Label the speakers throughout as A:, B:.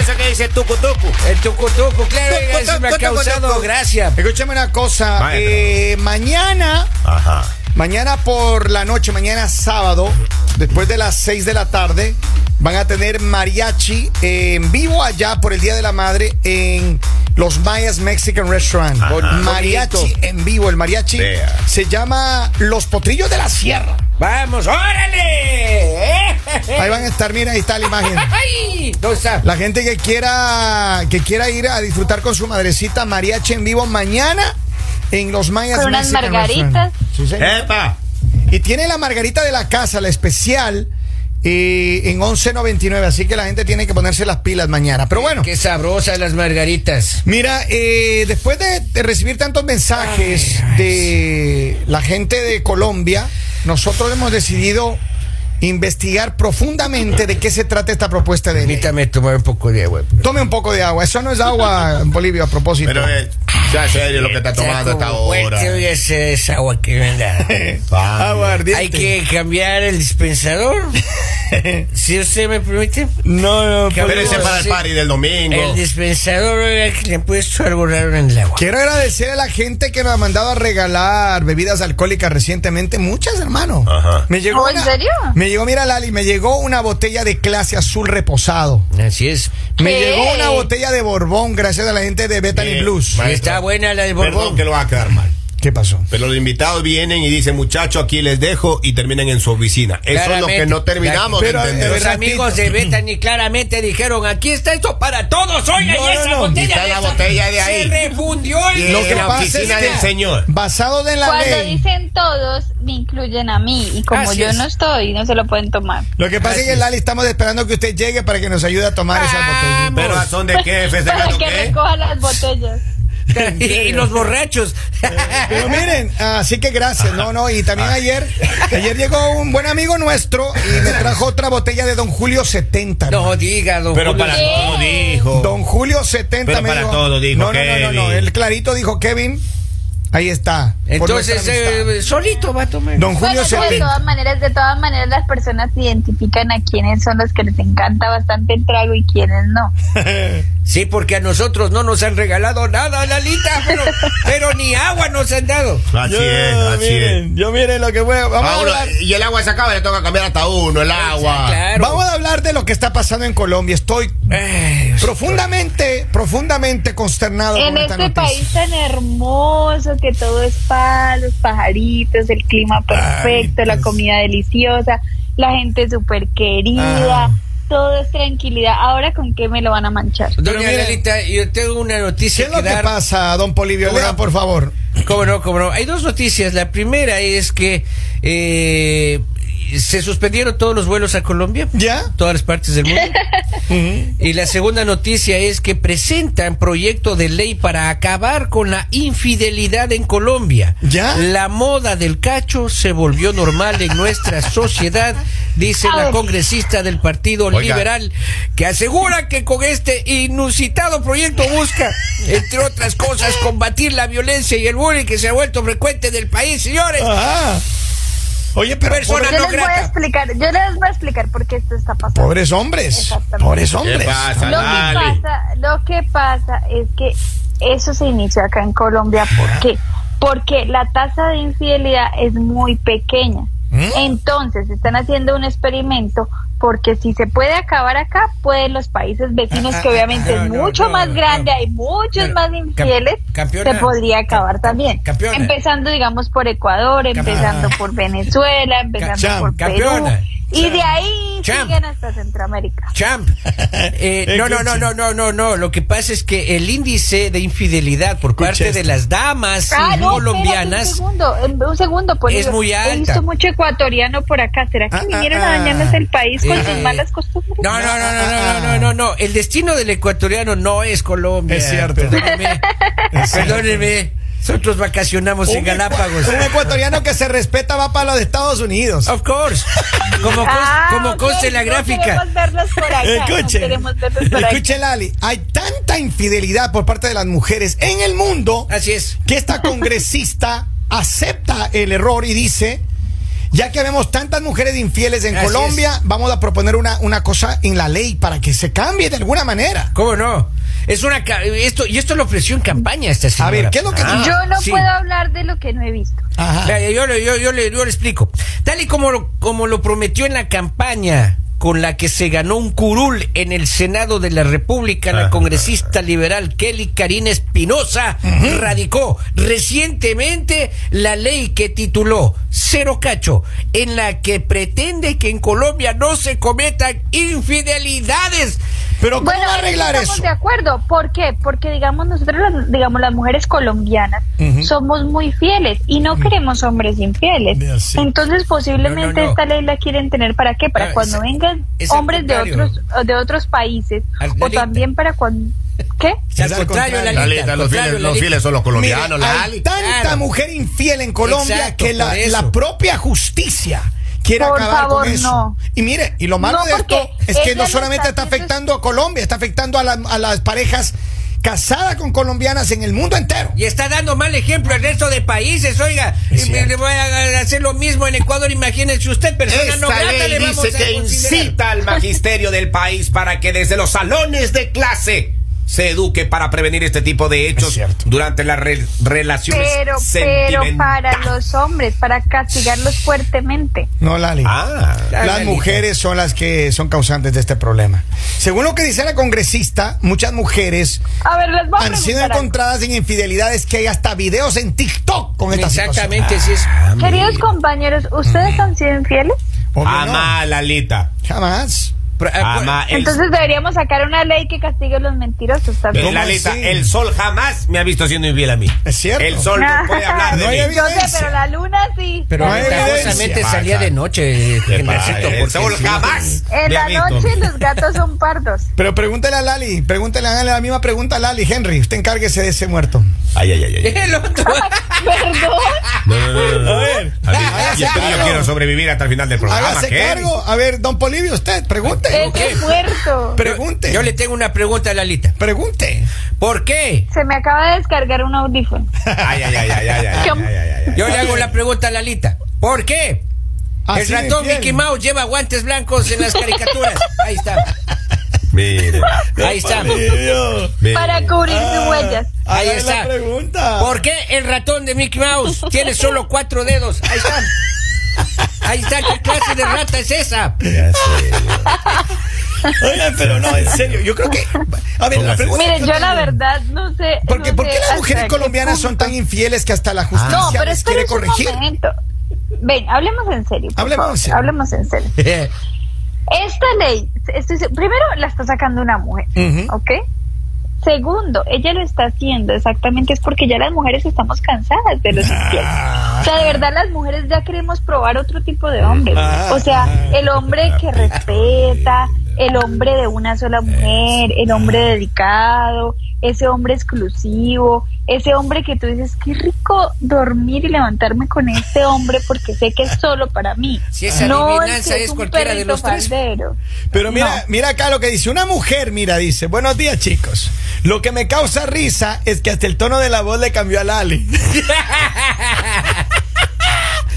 A: eso que dice tucu tucu.
B: El tucutuco, claro,
A: Tucu,
B: eso
A: tucu,
B: me ha
A: tucu,
B: causado
A: tucu.
B: gracia.
C: Escúchame una cosa.
A: Maestro.
C: eh, mañana,
A: Ajá.
C: mañana por la noche, mañana sábado, después de las 6 de la tarde, van a tener mariachi en vivo allá por el Día de la Madre en los Mayas Mexican Restaurant.
A: Ajá.
C: Mariachi
B: Bonito.
C: en vivo. El mariachi
A: Vea.
C: se llama Los Potrillos de la Sierra.
B: Vamos, órale.
C: Ahí van a estar, mira, ahí está la imagen.
B: Ay, ¿dónde está?
C: La gente que quiera que quiera ir a disfrutar con su madrecita mariachi en vivo mañana en los mayas.
D: Con unas
C: Mexican
D: margaritas.
C: Restaurant. Sí, señor.
A: Epa.
C: Y tiene la margarita de la casa, la especial, eh, en 11.99. Así que la gente tiene que ponerse las pilas mañana. Pero bueno.
B: Qué sabrosas las margaritas.
C: Mira, eh, después de, de recibir tantos mensajes de la gente de Colombia, nosotros hemos decidido investigar profundamente de qué se trata esta propuesta de ley.
B: Permítame tomar un poco de agua.
C: Tome un poco de agua. Eso no es agua en Bolivia, a propósito.
A: Pero eh, sea serio lo que está tomando hasta ahora.
B: Fuerte, oye, ese es agua que me da.
A: Vale.
C: Aguardiente.
B: Hay que cambiar el dispensador. si usted me permite.
C: No, no,
B: Que-
A: Pero ese es para el
B: Sí.
A: party del domingo.
B: El dispensador, oiga, que le he puesto algo raro en el agua.
C: Quiero agradecer a la gente que nos ha mandado a regalar bebidas alcohólicas recientemente. Muchas, hermano.
A: Ajá.
C: Me llegó
D: ¿Oh, en
C: una-
D: serio?
C: Me llegó, mira, Lali, me llegó una botella de clase azul reposado.
B: Así es.
C: Me
D: ¿Qué?
C: llegó una botella de Borbón, gracias a la gente de Bethany
A: Eh,
C: Blues.
A: maestro,
B: Está buena la de
A: Perdón
B: Borbón.
A: que lo va a quedar mal.
C: ¿Qué pasó?
A: Pero los invitados vienen y dicen, muchachos, aquí les dejo y terminan en su oficina. Eso es lo que
B: Claramente. eh,
A: no terminamos
C: Pero, a
A: de
C: ver,
A: entender.
C: a
B: Los
C: ratito.
B: amigos de Bethany claramente dijeron, aquí está esto para todos, oigan,
C: No,
B: y
C: no,
B: esa
C: no.
B: botella,
A: Está
B: de
A: la
B: esa-
A: botella de ahí.
B: Se refundió
A: Y
B: lo
A: en
C: que
A: la
C: pasa
A: oficina
C: es
A: del
C: que-
A: señor.
C: Basado en la
D: Cuando
C: ley.
D: dicen todos, me incluyen a mí. Y como
B: Así
D: yo
B: es.
D: no estoy, no se lo pueden tomar.
C: Lo que pasa es que, Lali, estamos esperando que usted llegue para que nos ayude a tomar
D: Ah,
C: esa botella.
B: Vamos.
A: Pero ¿a son de qué?
C: Pues
D: Para
A: ¿Festejando
D: que
A: qué?
D: recoja las botellas.
B: y, y los borrachos.
C: Pero miren, así que gracias. No, no, y
A: Ah.
C: también ayer, ayer llegó un buen amigo nuestro y me trajo otra botella de Don Julio 70. hermano.
B: no, diga, don
A: Pero
B: Julio.
A: para
D: Sí.
A: todo dijo.
C: Don Julio 70
A: Pero
C: me
A: para
C: dijo.
A: todo dijo
C: no, no, no, no, no,
A: Kevin.
C: el clarito dijo Kevin. Ahí está. por
B: Entonces,
C: nuestra amistad.
B: eh, solito va a tomar.
C: Don Julio
D: Bueno, pero de
C: 70.
D: todas maneras, de todas maneras las personas se identifican a quienes son los que les encanta bastante el trago y quienes no.
B: Sí, porque a nosotros no nos han regalado nada, Lalita, pero, pero ni agua nos han dado.
A: Así es, así es.
C: Yo miren lo que voy a- Vamos,
A: Ah,
C: a
A: uno-
C: hablar,
A: y el agua se acaba, le toca cambiar hasta uno, el agua.
B: Claro.
C: vamos a hablar de lo que está pasando en Colombia. Estoy
B: Ay, Dios.
C: profundamente, profundamente consternado
D: En
C: con esta
D: este
C: noticia.
D: país tan hermoso que todo es paz, los pajaritos, el clima perfecto, la
C: pues.
D: comida deliciosa, la gente súper querida,
C: Ah.
D: todo es tranquilidad. Ahora con qué me lo van a manchar.
B: Doña
C: mire-
B: Lalita, yo tengo una
C: ¿Qué
B: noticia
C: es lo que
B: dar.
C: pasa, don Polivio?
B: Bueno.
C: Lea, por favor.
B: Cómo no, cómo no. Hay dos noticias. La primera es que eh, se suspendieron todos los vuelos a Colombia.
C: ¿Ya?
B: Todas las partes del mundo. y la segunda noticia es que presentan proyecto de ley para acabar con la infidelidad en Colombia.
C: ¿Ya?
B: La moda del cacho se volvió normal en nuestra sociedad, dice la congresista del Partido
A: Oiga.
B: Liberal, que asegura que con este inusitado proyecto busca, entre otras cosas, combatir la violencia y el bullying que se ha vuelto frecuente del país, señores.
C: Ajá. Ah. Oye, pero
B: Persona-
D: Yo
C: pobre-
B: no
D: les voy
B: grata.
D: a explicar, yo les voy a explicar por qué esto está pasando.
C: pobres hombres.
D: Exactamente.
C: Pobres hombres.
A: pasa?
D: Lo que,
A: Dale.
D: pasa, lo que pasa es que eso se inició acá en Colombia.
B: Ah.
D: ¿Por qué? Porque la tasa de infidelidad es muy pequeña.
B: ¿Mm?
D: Entonces, están haciendo un experimento porque si se puede acabar acá, pueden los países vecinos,
B: Ah, ah,
D: que obviamente
B: ah,
D: es
B: no,
D: mucho
B: no,
D: más
B: no,
D: grande,
B: no.
D: hay muchos
B: Pero,
D: más infieles,
B: cam- campeona,
D: se podría acabar también.
B: campeona.
D: Empezando, digamos, por Ecuador, empezando por Venezuela, empezando
C: Cham-
D: por
B: campeona.
D: Perú. Y de ahí
B: Cham.
D: siguen hasta Centroamérica.
B: Champ. Eh, no, no, no, no, no, no, no. Lo que pasa es que el índice de infidelidad por parte de las damas
D: Ah, no,
B: colombianas.
D: espérate Un segundo, eh, un segundo, por
B: Es muy alta.
D: He visto mucho ecuatoriano por acá. ¿Será que
C: Ah,
D: vinieron
C: ah,
D: a dañarnos
C: ah.
D: el país con
B: Eh,
D: sus malas costumbres?
B: No, no, no, no, no, no, no, no, no. El destino del ecuatoriano no es Colombia.
C: Es cierto.
B: Perdóneme. Perdóneme. Nosotros vacacionamos en
C: Un-
B: Galápagos.
C: Un ecuatoriano que se respeta va para los Estados Unidos.
B: Of course. Como, cons-
D: Ah,
B: como
D: ok,
B: consta en la
D: no pues-
B: gráfica.
D: Queremos verlos por acá. no
C: Escuchen,
D: queremos verlos por acá.
C: escuchen, Lali. Hay tanta infidelidad por parte de las mujeres en el mundo
B: Así es.
C: que esta congresista acepta el error y dice: Ya que vemos tantas mujeres infieles en
B: Así
C: Colombia, vamos a proponer una, una cosa en la ley para que se cambie de alguna manera.
B: ¿Cómo no? Es una ca- esto y esto lo ofreció en campaña esta señora. Ah,
C: ver, ¿qué es lo que dijo?
D: Yo no
B: sí.
D: puedo hablar de lo que no he visto.
C: Ajá.
B: Vea, Yo, le- yo- yo le, yo le explico. Tal y como lo, como lo prometió en la campaña con la que se ganó un curul en el Senado de la República, la
A: Ajá.
B: congresista liberal Kelly Karina Espinosa radicó recientemente la ley que tituló Cero Cacho, en la que pretende que en Colombia no se cometan infidelidades.
C: Pero ¿cómo va a
D: es que
C: arreglar
D: estamos
C: eso?
D: de acuerdo. ¿Por qué? Porque digamos nosotros, las- digamos las mujeres colombianas, somos muy fieles y no queremos hombres infieles.
C: Ya, sí.
D: Entonces posiblemente
B: No, no, no.
D: esta ley la quieren tener para qué? Para
B: Ah,
D: cuando
B: es-
D: vengan
B: es al
D: hombres de
B: contrario.
D: otros de otros países
B: Al-
D: o
B: Lalita.
D: también para cuando ¿qué?
B: O sea, al
C: Es al
B: contrario,
C: contrario.
B: Lalita,
A: Lalita,
B: al
A: los,
B: contrario,
A: fieles, los
B: Lalita.
A: fieles son los
C: Mire,
A: colombianos. la
C: hay
A: Ali.
C: tanta
B: claro.
C: mujer infiel en Colombia
B: Exacto,
C: que la,
B: por eso.
C: la propia justicia quiere
D: Por
C: acabar
D: favor,
C: con eso.
D: no.
C: Y mire, y lo malo
D: No,
C: de esto
D: porque
C: es que
D: ella
C: no
D: lo
C: solamente está
D: está haciendo-
C: afectando a Colombia, está afectando a, la- a las parejas casadas con colombianas en el mundo entero.
B: Y está dando mal ejemplo al resto de países, oiga.
C: Es
B: Y me-
C: cierto.
B: le voy a hacer lo mismo en Ecuador, imagínense usted, persona no
A: Esta
B: grata, le
A: ley
B: vamos
A: dice
B: a
A: que
B: considerar.
A: incita al magisterio del país para que desde los salones de clase se eduque para prevenir este tipo de
C: Es
A: hechos
C: cierto.
A: durante las re- relaciones
D: Pero pero
A: sentimentales.
D: para los hombres, para castigarlos fuertemente.
C: No, Lali.
A: Ah,
B: Claro,
C: Las
B: Lalita.
C: mujeres son las que son causantes de este problema. Según lo que dice la congresista, muchas mujeres
D: A ver, les voy a
C: han sido
D: preguntar algo.
C: encontradas en infidelidades que hay hasta videos en TikTok con esta
B: Exactamente, sí es.
D: Queridos compañeros, ¿ustedes han sido infieles?
C: situación. Obvio no, Eh,
A: ama a Lalita.
C: jamás.
B: Pro- ah, por-
A: Ama el,
D: Entonces deberíamos sacar una ley que castigue a los mentirosos también.
A: Eh, Lalita,
C: así?
A: el sol jamás me ha visto siendo infiel a mí.
C: Es cierto.
A: El sol
D: Ah,
A: no puede hablar de
C: No hay
A: mí.
C: evidencia.
D: Yo sé, pero la luna sí.
B: Pero
C: No hay
B: milagrosamente
A: evidencia.
B: salía de noche, eh,
A: Qué
B: Gilbertito,
A: padre,
B: porque
A: el sol
B: si no-
A: jamás
D: En
A: me ha
D: la
A: visto.
D: noche los gatos son pardos.
C: Pero pregúntale a Lali, pregúntale a la misma pregunta a Lali. Henry, usted encárguese de ese muerto.
A: Ay, ay, ay, ay.
B: El otro.
D: Perdón.
A: No, no, no, no, no.
C: A ver,
A: A mí-
C: hágase
A: yo, yo
C: cargo.
A: quiero sobrevivir hasta el final del programa.
C: Hágase
A: ¿qué?
C: cargo. A ver, don Polivio, usted, pregunte.
D: Es un muerto.
C: Pregunte.
B: Yo le tengo una pregunta a Lalita.
C: Pregunte.
B: ¿Por qué?
D: Se me acaba de descargar un audífono.
A: Ay, ay, ay, ay, ay, ay, ay, ay, ay, ay.
B: Yo le hago la pregunta a Lalita. ¿Por qué?
C: Así
B: El
C: de
B: ratón
C: fiel.
B: Mickey Mouse lleva guantes blancos en las caricaturas. Ahí está.
A: Mire,
B: Ahí está.
A: mire.
D: Para cubrir
C: Ah.
D: sus huellas.
B: Ahí
C: Hágale
B: está.
C: la pregunta.
B: ¿Por qué el ratón de Mickey Mouse tiene solo cuatro dedos? Ahí está. Ahí está. ¿Qué clase de rata es esa?
A: Ya sé.
C: Oigan, pero no, en serio. Yo creo que. A ver, la
A: Póngase.
C: pregunta.
D: Miren, yo la verdad no sé.
C: Porque,
D: no
C: ¿Por qué
D: sé
C: las mujeres
D: hasta qué
C: colombianas son
D: punto.
C: tan infieles que hasta la
B: Ah.
C: justicia
D: No, pero
C: les quiere
D: esperen
C: corregir?
D: un momento. Ven, hablemos en serio. por
C: Hablemos en
D: favor,
C: serio.
D: Hablemos en serio. Esta ley, estoy se- primero la está sacando una mujer,
C: Ujú.
D: ¿ok? Segundo, ella lo está haciendo exactamente es porque ya las mujeres estamos cansadas de los infieles. O sea, de verdad las mujeres ya queremos probar otro tipo de hombre.
C: Ah.
D: O sea, el hombre que respeta, el hombre de una sola mujer, el hombre dedicado, ese hombre exclusivo, ese hombre que tú dices, qué rico dormir y levantarme con este hombre porque sé que es solo para mí.
B: Si esa
D: el
B: adivinanza
D: que
B: es
D: un
B: cualquiera de
D: perrito
B: los tres.
D: faldero.
C: Pero mira, mira acá lo que dice una mujer, mira, dice, buenos días chicos. Lo que me causa risa es que hasta el tono de la voz le cambió a Lali.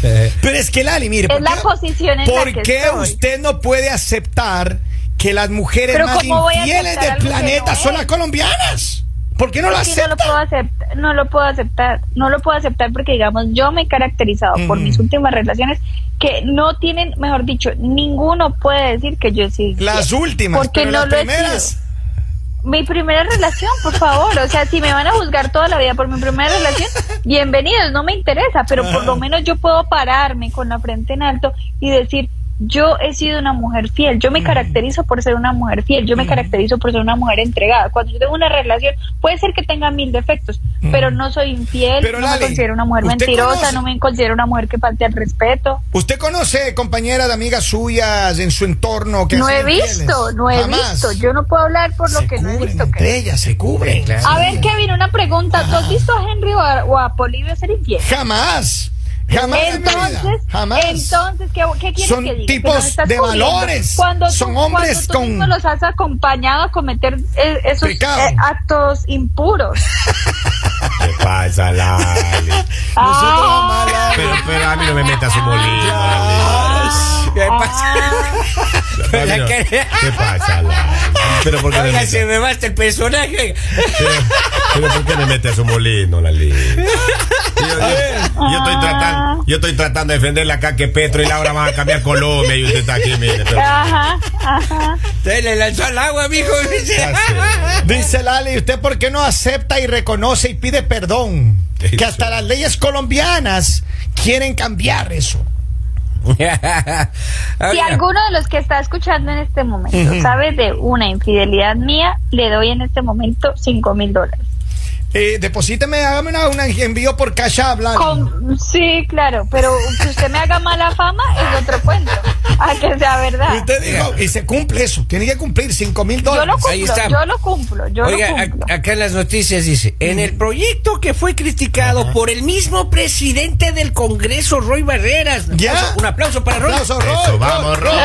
C: Pero es que Lali, mire,
D: Es la posición en la
C: ¿por
D: que
C: qué
D: estoy?
C: usted no puede aceptar que las mujeres
D: Pero
C: más
D: ¿cómo voy a
C: infieles
D: aceptar
C: del
D: algo que
C: planeta
D: no
C: son
D: es?
C: las colombianas? ¿Por qué no lo
D: Es que no lo
C: aceptan?
D: puedo aceptar, no lo puedo aceptar, no lo puedo aceptar porque digamos yo me he caracterizado por
C: Ujú.
D: mis últimas relaciones que no tienen, mejor dicho, ninguno puede decir que yo sí.
C: Las últimas,
D: porque
C: pero
D: no
C: las
D: lo he
C: primeras.
D: sido. Mi primera relación, por favor, o sea, si me van a juzgar toda la vida por mi primera relación, bienvenidos, no me interesa, pero por lo menos yo puedo pararme con la frente en alto y decir, yo he sido una mujer fiel, yo me caracterizo por ser una mujer fiel, yo me caracterizo por ser una mujer entregada. Cuando yo tengo una relación, puede ser que tenga mil defectos, pero no soy infiel,
C: Pero,
D: no
C: Lali,
D: me considero una mujer
C: ¿usted
D: mentirosa,
C: conoce?
D: no me considero una mujer que falte al respeto.
C: ¿Usted conoce compañeras, amigas suyas en su entorno que
D: No
C: han
D: he
C: sido infieles?
D: visto, no he
C: Jamás.
D: visto, yo no puedo hablar por lo
C: Se
D: que no he
C: cubren
D: visto.
C: entre
D: que
C: ellas, se cubren.
B: Claro.
D: A ver, Kevin, una pregunta. ¿Tú has visto a Henry o a, o a Polibio ser infiel?
C: Jamás. Jamás. en mi vida,
D: Entonces,
C: jamás.
D: entonces ¿qué, qué quieres
C: Son
D: que diga?
C: tipos
D: ¿Que nos estás
C: de
D: cubriendo?
C: valores.
D: Cuando tú-
C: Son
D: cuando
C: hombres
D: tú
C: con-
D: mismo los has acompañado a cometer eh, esos
C: Pecado.
D: eh, actos impuros.
A: te pasa, Lali?
C: Nosotros
D: Ah.
C: jamás la-
A: Pero, pero a mí no me metas su molino, Lali.
B: ¿Qué
D: Ah,
B: pasa?
A: A mí no.
B: La que-
A: ¿Qué pasa, Lali? Pero ¿por qué me
B: Oiga, se
A: metes?
B: me basta el personaje.
A: Pero, pero ¿por qué me metes su molino, Lali? Yo, yo- yo estoy tratando, yo estoy tratando de defenderle acá que Petro y Laura van a cambiar Colombia y usted está aquí, mire. pero-
D: ah,
B: Ah.
D: Ajá, ajá.
B: Se le lanzó al agua, mijo. dice.
A: Ah,
C: Dice Lali, ¿usted por qué no acepta y reconoce y pide perdón?
A: Eso.
C: Que hasta las leyes colombianas quieren cambiar eso.
D: Si
B: Oiga,
D: alguno de los que está escuchando en este momento
C: Ujú.
D: sabe de una infidelidad mía, le doy en este momento cinco mil dólares.
C: Eh, deposíteme, hágame una, un envío por Cash App, Lali.
D: Con- Sí, claro, pero que usted me haga mala fama es otro cuento, a que sea verdad.
B: Usted diga.
C: No, y se cumple eso, tiene que cumplir 5 mil
D: Yo lo
C: dólares.
B: ahí
D: cumplo,
B: está.
D: yo lo cumplo, yo
B: Oiga,
D: lo
B: ac-
D: cumplo.
B: acá en las noticias dice, en el proyecto que fue criticado por el mismo presidente del Congreso, Roy Barreras. Un
C: Ya.
B: aplauso- Un aplauso para Roy.
C: Aplauso, Roy,
A: Eso,
C: Roy.
A: vamos, Roy.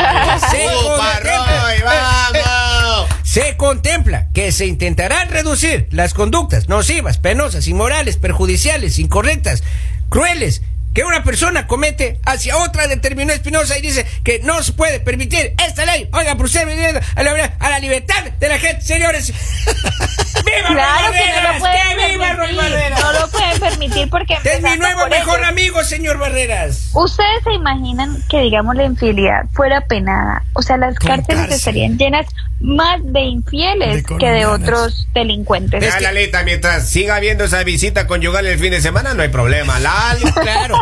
B: Sí,
A: Upa, Roy, vamos.
B: Se contempla que se intentarán reducir las conductas nocivas, penosas, inmorales, perjudiciales, incorrectas, crueles que una persona comete hacia otra, determinó Espinosa y dice que no se puede permitir esta ley. Oiga, por ser venida a la, a la libertad de la gente, señores. ¡Viva Roy
D: Claro que no
B: Barreras!
D: lo pueden
B: ¡Que viva Roy
D: permitir,
B: Barreras!
D: no lo pueden permitir porque
B: Es mi
D: empezando
B: nuevo
D: por
B: mejor
D: ellos,
B: amigo, señor Barreras.
D: Ustedes se imaginan que, digamos, la infidelidad fuera penada. O sea, las
C: Con
D: cárceles
C: cárcel.
D: estarían llenas más de infieles
C: De
D: que de
C: colombianas.
D: otros delincuentes.
A: Ya, Lalita, mientras siga habiendo esa visita conyugal el fin de semana, no hay problema. Lali.
B: Claro.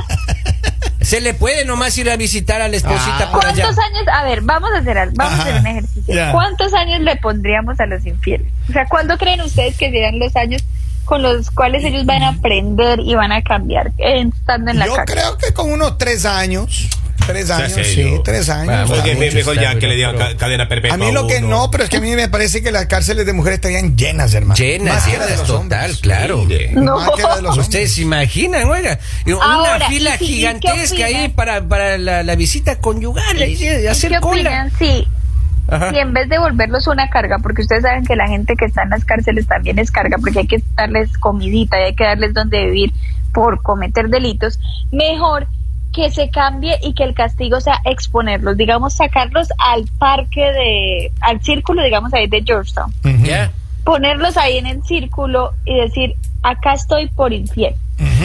B: Se le puede nomás ir a visitar a la esposita por allá.
D: Ah. ¿Cuántos años? A ver, vamos a hacer algo, vamos
C: Ajá,
D: a hacer un ejercicio.
C: ya.
D: ¿Cuántos años le pondríamos a los infieles? O sea, ¿cuándo creen ustedes que serán los años con los cuales ellos van a aprender y van a cambiar eh, estando en la
C: Yo
D: cárcel?
C: creo que con unos 3 años. 3
A: Sea
C: años,
A: serio.
C: sí, 3 años.
B: Vamos,
C: está
A: Porque
B: mucho
A: es mejor ya
B: está,
A: que le digan
B: pero-
A: ca- cadena perpetua.
C: A mí lo que
A: uno.
C: no, pero es que a mí me parece que las cárceles de mujeres estarían llenas, hermano.
B: Llenas,
C: Más que la de
B: llenas,
C: los
B: total,
C: hombres.
B: claro.
A: Mire.
D: No.
C: Más que la de los hombres.
B: Pues Ustedes se imaginan, oiga, y una
D: Ahora,
B: fila
D: ¿y si- y qué
B: gigantesca ahí
D: opinan?
B: para, para la, la visita conyugal, ahí, de
D: ¿Y
B: hacer
D: ¿Qué
B: cola.
D: opinan si,
B: Ajá.
D: si en vez de volverlos una carga, porque ustedes saben que la gente que está en las cárceles también es carga, porque hay que darles comidita y hay que darles donde vivir por cometer delitos, mejor que se cambie y que el castigo sea exponerlos, digamos sacarlos al parque de, al círculo, digamos ahí de Georgetown,
C: Ujú.
B: ¿Ya?
D: ponerlos ahí en el círculo y decir, acá estoy por infiel.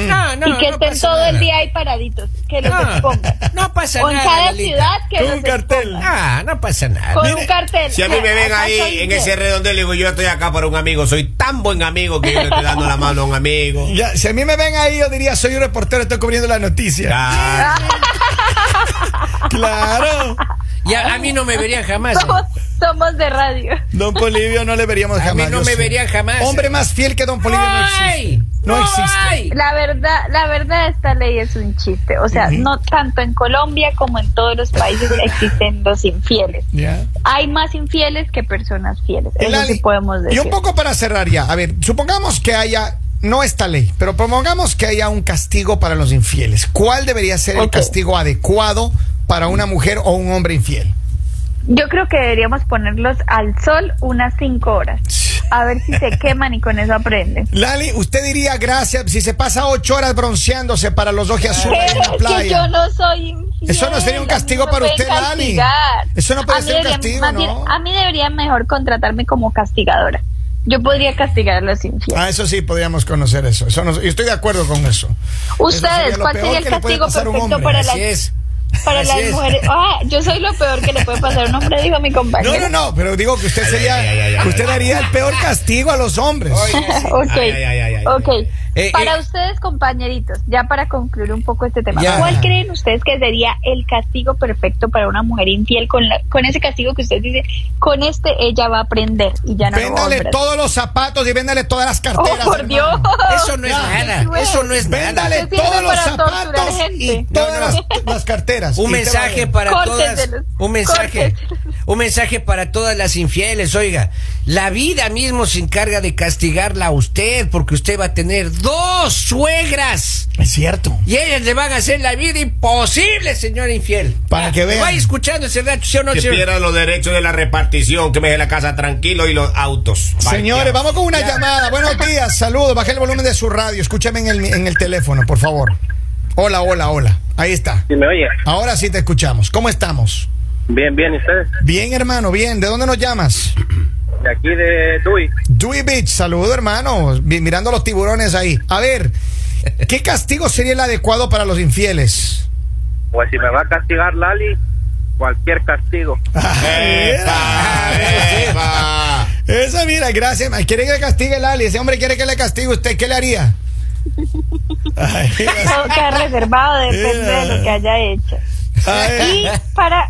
B: No, no,
D: y que
B: no
D: estén
B: pasa
D: todo el
B: nada.
D: día ahí paraditos, que los
B: No,
D: expongan.
B: no pasa
D: O en
B: nada.
D: cada
B: Lalita.
D: ciudad que
C: Con
D: los
C: un cartel.
D: expongan.
B: Ah, no pasa nada.
D: Con
C: Mire,
D: un cartel.
A: Si a mí me ven
D: Acá
A: ahí
D: estoy
A: en
D: yo.
A: ese redondel, le digo, yo estoy acá por un amigo, soy tan buen amigo que yo le estoy dando la mano a un amigo.
C: Ya, si a mí me ven ahí, yo diría, soy un reportero, estoy cubriendo la noticia.
A: Ya.
C: Claro.
B: Ya, a mí no me verían jamás.
D: Somos, somos de radio.
C: Don Polivio no le veríamos
B: A mí
C: jamás.
B: no
C: yo
B: me
C: sé.
B: verían jamás.
C: Hombre más fiel que Don Polivio no
B: ¡Ay!
C: existe. No existe.
B: hay.
D: La verdad, la verdad esta ley es un chiste. O sea, no tanto en Colombia como en todos los países existen los infieles.
C: Ya.
D: Hay más infieles que personas fieles. Eso
C: Lali,
D: sí podemos
C: Y
D: decir.
C: un poco para cerrar ya. A ver, supongamos que haya, no esta ley, pero propongamos que haya un castigo para los infieles. ¿Cuál debería ser el
D: Ok.
C: castigo adecuado para una mujer o un hombre infiel?
D: Yo creo que deberíamos ponerlos al sol unas cinco horas. A ver si se queman y con eso aprenden.
C: Lali, usted diría gracias si se pasa ocho horas bronceándose para los ojiazules en
D: Pero
C: la
D: es que
C: playa.
D: yo no soy infiel.
C: Eso no sería un
D: A mí
C: castigo
D: me
C: para
D: pueden
C: usted, Lali.
D: castigar.
C: Eso no puede
D: A mí
C: ser un
D: deberían-
C: castigo,
D: más bien,
C: ¿no?
D: a mí deberían mejor contratarme como castigadora. Yo podría castigar a los infieles.
C: Ah, eso sí, podríamos conocer eso. eso no- yo estoy de acuerdo con eso. Eso sería
D: Ustedes,
C: lo
D: ¿cuál
C: peor
D: sería el
C: que le puede
D: castigo
C: pasar a un
D: perfecto
C: hombre.
D: para las,
B: Así es.
D: para
B: Así
D: las
B: es.
D: mujeres? Ah, yo soy lo peor que le puede pasar a un hombre, dijo mi compañero.
C: No, no, no, pero digo que usted
A: ay, ay, ay,
C: sería,
A: ay,
C: usted
A: ay.
C: daría el peor castigo a los hombres.
D: ok,
A: Ay, ay, ay, ay, ay.
D: ok.
B: Eh,
D: para
B: eh.
D: ustedes, compañeritos, ya para concluir un poco este tema,
B: Ya.
D: ¿cuál creen ustedes que sería el castigo perfecto para una mujer infiel con, la- con ese castigo que ustedes dicen, con este ella va a aprender y ya no lo va a
C: Véndale
D: volver a hacer"?
C: todos los zapatos y véndale todas las
D: ¡Oh,
C: carteras.
D: por
C: hermano.
D: Dios!
B: Eso no es
C: Ya.
B: nada. Eso no es nada.
C: Véndale
D: Eso sirve
C: todos los
D: para torturar
C: zapatos y
D: gente.
C: todas
B: No, no.
C: Las, las carteras.
B: Un
C: Y te va a
B: mensaje
C: ver.
B: para todas.
D: Córtenselos,
B: Un mensaje.
D: córtenselos.
B: Un mensaje para todas las infieles. Oiga, la vida mismo se encarga de castigarla a usted porque usted usted va a tener dos suegras
C: Es cierto.
B: y ellas le van a hacer la vida imposible, señor infiel.
C: Para que vean.
B: Vaya escuchando ese rato, ¿sí o no,
A: Que
B: señor?
A: pierda los derechos de la repartición, que me deje la casa tranquilo y los autos.
C: Señores,
A: parqueados.
C: vamos con una llamada. Buenos días, saludos. Baje el volumen de su radio. Escúchame en el, en el teléfono, por favor. Hola, hola, hola. Ahí está.
E: ¿Sí me oye?
C: Ahora sí te escuchamos. ¿Cómo estamos?
E: Bien, bien, ¿y ustedes?
C: Bien, hermano, bien. ¿De dónde nos llamas?
E: De aquí de Dui.
C: Dewey Beach, saludo, hermano. Vi- Mirando los tiburones ahí. A ver, ¿qué castigo sería el adecuado para los infieles?
E: Pues si me va a castigar Lali, cualquier castigo.
A: ¡Epa! ¡Epa!
C: Esa, mira, gracias. ma. Quiere que le castigue Lali. Ese hombre quiere que le castigue usted. ¿Qué le haría? Ay,
D: Todo queda reservado, depende de lo que haya hecho.
C: ay.
D: Y para,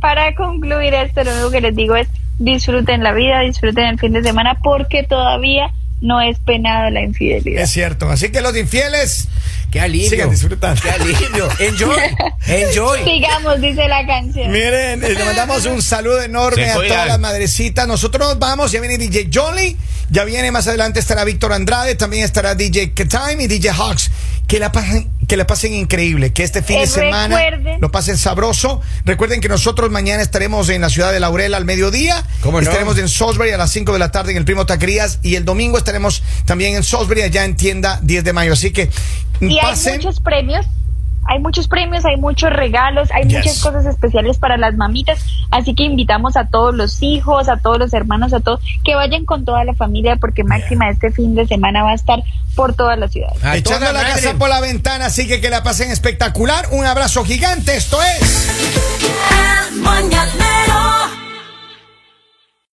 D: para concluir esto, lo único que les digo es disfruten la vida, disfruten el fin de semana, porque todavía no es penado la infidelidad.
C: Es cierto. Así que los infieles.
B: Qué alivio.
C: Sigan disfrutando.
B: Qué alivio. Enjoy. Enjoy.
D: Sigamos, dice la canción.
C: Miren, eh, le mandamos un saludo enorme
A: Se
C: a
A: cuidan.
C: todas las madrecitas. Nosotros nos vamos, ya viene DJ Jolly, ya viene más adelante estará Víctor Andrade, también estará DJ Ketime y DJ Hawks. Que la pasen, que la pasen increíble, que este fin
D: Eh,
C: de semana
D: recuerden-
C: lo pasen sabroso. Recuerden que nosotros mañana estaremos en la ciudad de Laurel al mediodía.
B: ¿Cómo no?
C: Estaremos en Salisbury a las 5 de la tarde en el Primo Taquerías y el domingo estaremos también en Salisbury allá en tienda 10 de mayo. Así que
D: Y hay
C: pasen.
D: muchos premios. Hay muchos premios, hay muchos regalos, hay
C: Yes.
D: muchas cosas especiales para las mamitas, así que invitamos a todos los hijos, a todos los hermanos, a todos que vayan con toda la familia porque Máxima este fin de semana va a estar por toda la ciudad.
B: A
C: Echando
B: toda
C: la
B: madre.
C: casa por la ventana, así que que la pasen espectacular. Un abrazo gigante, esto es...
F: El mañanero